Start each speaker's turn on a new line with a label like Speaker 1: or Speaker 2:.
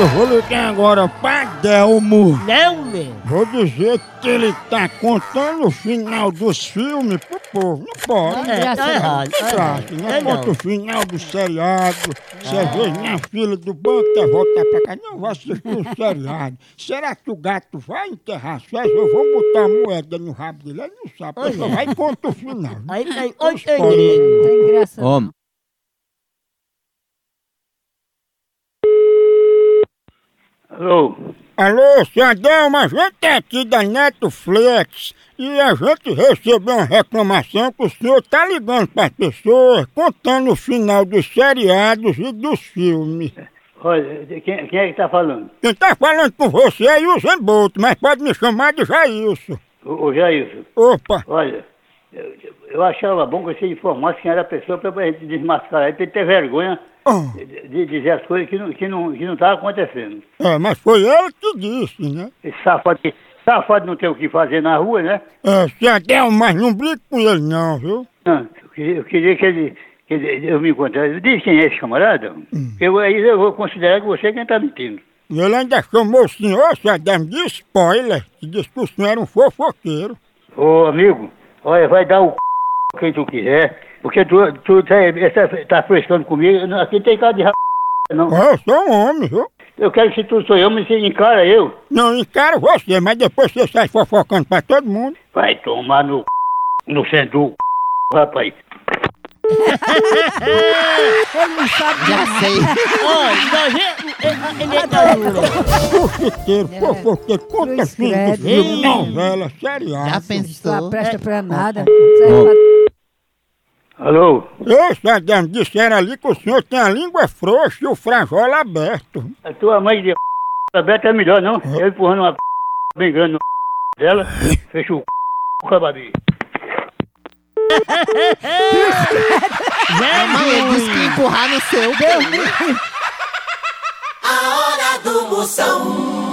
Speaker 1: Eu vou ligar agora pra Delmo.
Speaker 2: Não, meu.
Speaker 1: Vou dizer que ele tá contando o final dos filmes pro povo. Não pode.
Speaker 2: É, tá errado, tá errado.
Speaker 1: Não
Speaker 2: É
Speaker 1: conta
Speaker 2: não.
Speaker 1: o final do seriado. Se às vezes na fila do banco quer voltar pra cá, não vai assistir o seriado. Será que o gato vai enterrar suas? Eu vou botar a moeda no rabo dele, ele não sabe. Ele só vai e conta o final. né?
Speaker 2: Aí tem é oito
Speaker 1: Os
Speaker 2: endereços.
Speaker 1: pobres.
Speaker 3: Tá engraçado.
Speaker 4: Homem.
Speaker 5: Alô?
Speaker 1: Alô, Sandão, a gente é aqui da Netflix e a gente recebeu uma reclamação que o senhor tá ligando para as pessoas contando o final dos seriados e dos filmes.
Speaker 5: Olha, de- quem, quem é que tá falando?
Speaker 1: Quem tá falando com você é o Usain Bolt, mas pode me chamar de Jailson.
Speaker 5: Ô, ô Jailson,
Speaker 1: Opa,
Speaker 5: olha, eu, eu achava bom que você informasse quem era a pessoa pra a gente desmascarar e pra ele ter vergonha
Speaker 1: Ah.
Speaker 5: de, de dizer as coisas que não que não, que não tava acontecendo.
Speaker 1: é, mas foi ele que disse, né?
Speaker 5: Esse safado, que- safado não tem o que fazer na rua, né?
Speaker 1: É, Sandão, mas não brigue com ele não, viu?
Speaker 5: Não, eu queria, Ah, eu queria que ele, que ele- eu me encontrasse. Diz quem é esse camarada? Eu, aí eu vou considerar que você é quem tá mentindo.
Speaker 1: E ele ainda chamou o senhor, Sandão, de spoiler, que disse que o senhor era um fofoqueiro.
Speaker 5: Ô amigo, olha, vai dar o c... quem tu quiser, porque tu, tu tá, essa- tá frescando comigo, eu não- aqui tem cara de r... não.
Speaker 1: Ó, Eu sou um homem, viu?
Speaker 5: Eu quero que tu sou eu, me se encara eu.
Speaker 1: Não, encaro você, mas depois você sai fofocando pra todo mundo.
Speaker 5: Vai tomar no c... no centro do c... rapaz.
Speaker 4: Já sei.
Speaker 2: Olha, nós é- ele é da Lula.
Speaker 1: Fofoqueiro, fofoqueiro, conta
Speaker 3: Pois
Speaker 1: filme,
Speaker 3: credo.
Speaker 1: filme,
Speaker 2: Ih.
Speaker 1: novela,
Speaker 4: Já
Speaker 1: seriado.
Speaker 3: Lá
Speaker 4: pensou?
Speaker 3: presta pra nada. Isso aí é uma-
Speaker 5: Alô?
Speaker 1: Ei, Sadam, disseram ali que o senhor tem a língua frouxa e o frajola aberto.
Speaker 5: A tua mãe de c... aberta é melhor, não? Eu empurrando uma c... bem grande no c... dela, fecha o c... com a babi.
Speaker 4: Mamãe, ele disse que empurrar no seu.
Speaker 6: A hora do Moção.